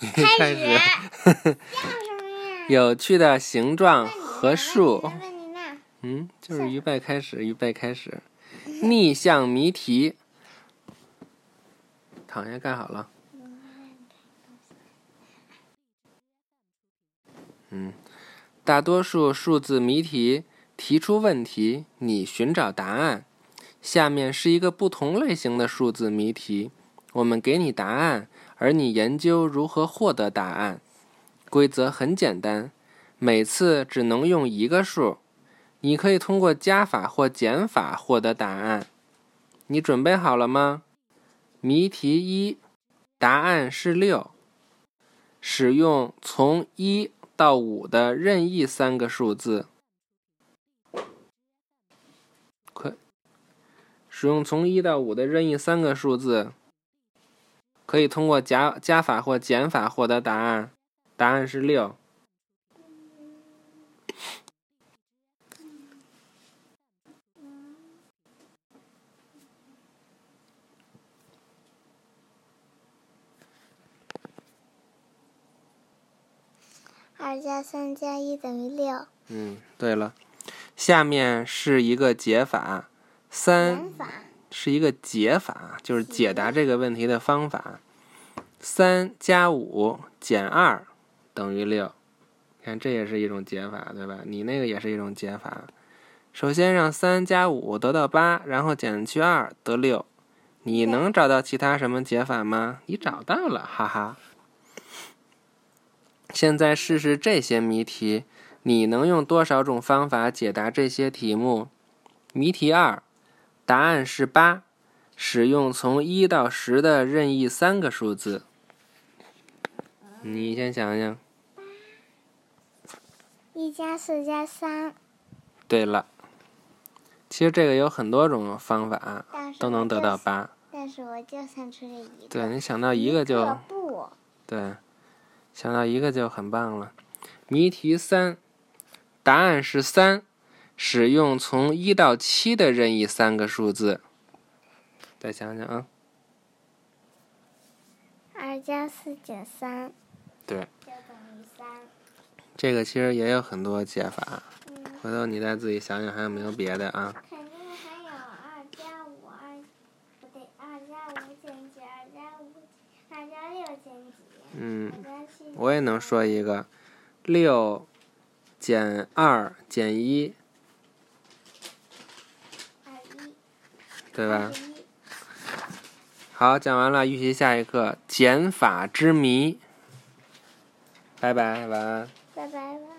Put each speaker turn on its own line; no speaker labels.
开
始
始。
有趣的形状和数，
问你呢？
嗯，就是预备开始，预备开始。逆向谜题，躺下盖好了。嗯，大多数数字谜题提出问题，你寻找答案。下面是一个不同类型的数字谜题，我们给你答案，而你研究如何获得答案。规则很简单，每次只能用一个数。你可以通过加法或减法获得答案。你准备好了吗？谜题一，答案是六。使用从一到五的任意三个数字。可使用从一到五的任意三个数字，可以通过加加法或减法获得答案。答案是六。
二加三加一等于六。
嗯，对了，下面是一个解法，三
减法
是一个解法，就是解答这个问题的方法。三加五减二等于六，看这也是一种解法，对吧？你那个也是一种解法。首先让三加五得到八，然后减去二得六。你能找到其他什么解法吗？你找到了，哈哈。现在试试这些谜题，你能用多少种方法解答这些题目？谜题二，答案是八，使用从一到十的任意三个数字。你先想想。
一加四加三
对了，其实这个有很多种方法啊
但是
都能得到
我就
八。
但是我就算出了一个。
对你想到一个就
个不，
对，想到一个就很棒了。谜题三，答案是三，使用从一到七的任意三个数字。再想想啊，
二加四减三
对，
就等于三。
这个其实也有很多解法，
嗯，
回头你再自己想想还有没有别的啊？
肯定还有二加五二，不对，二加五减几？二加五，二加六减几？
嗯，
二加七。
我也能。说一个，六减二减一，
二一，
对吧？
二一
好，讲完了，预习下一课《减法之谜》。拜拜，晚安。
拜拜了。